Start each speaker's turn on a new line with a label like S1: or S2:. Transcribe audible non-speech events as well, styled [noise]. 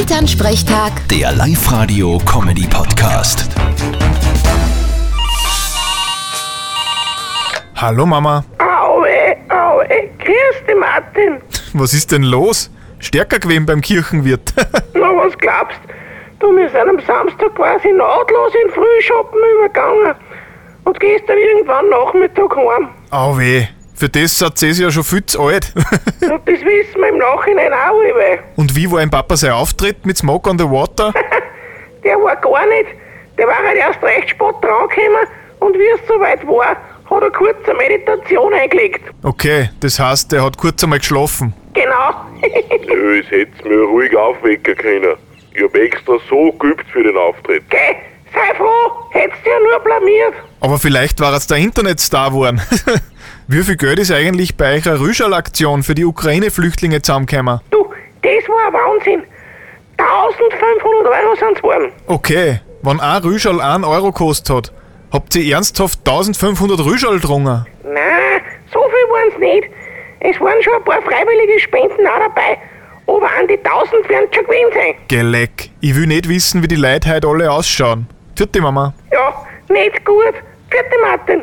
S1: Elternsprechtag,
S2: Der Live-Radio-Comedy-Podcast.
S3: Hallo Mama,
S4: Aue, aue, grüß dich, Martin.
S3: was ist denn los? Stärker gewesen beim Kirchenwirt. [laughs]
S4: Na, was glaubst du? Wir sind am Samstag quasi nahtlos in den Frühschoppen übergangen und gestern irgendwann Nachmittag heim.
S3: Au weh, für das sind es ja schon viel zu alt. [laughs]
S4: Und das wissen wir im Nachhinein auch über.
S3: Und wie war ein Papa sein Auftritt mit Smoke on the Water?
S4: Der war gar nicht, der war halt erst recht spät drangekommen und wie es soweit war, hat er kurz eine Meditation eingelegt.
S3: Okay, das heißt, er hat kurz einmal geschlafen.
S4: Genau. [laughs]
S5: Nö, es hätt's mir ruhig aufwecken können. Ich hab extra so geübt für den Auftritt.
S4: Geh, sei froh, hättest ja nur blamiert.
S3: Aber vielleicht war es der Internetstar geworden. [laughs] wie viel Geld ist eigentlich bei eurer Rüschal-Aktion für die Ukraine-Flüchtlinge zusammengekommen?
S4: Du, das war ein Wahnsinn. 1500 Euro sind's geworden.
S3: Okay, wenn ein Rüschal 1 Euro kostet hat, habt ihr ernsthaft 1500 Rüschal drungen?
S4: Nein, so viel waren's nicht. Es waren schon ein paar freiwillige Spenden auch dabei. Aber an die 1000 werden schon gewesen sein.
S3: Geleck, ich will nicht wissen, wie die Leute heute alle ausschauen. Vierte Mama.
S4: Ja, nicht gut. Vierte Martin.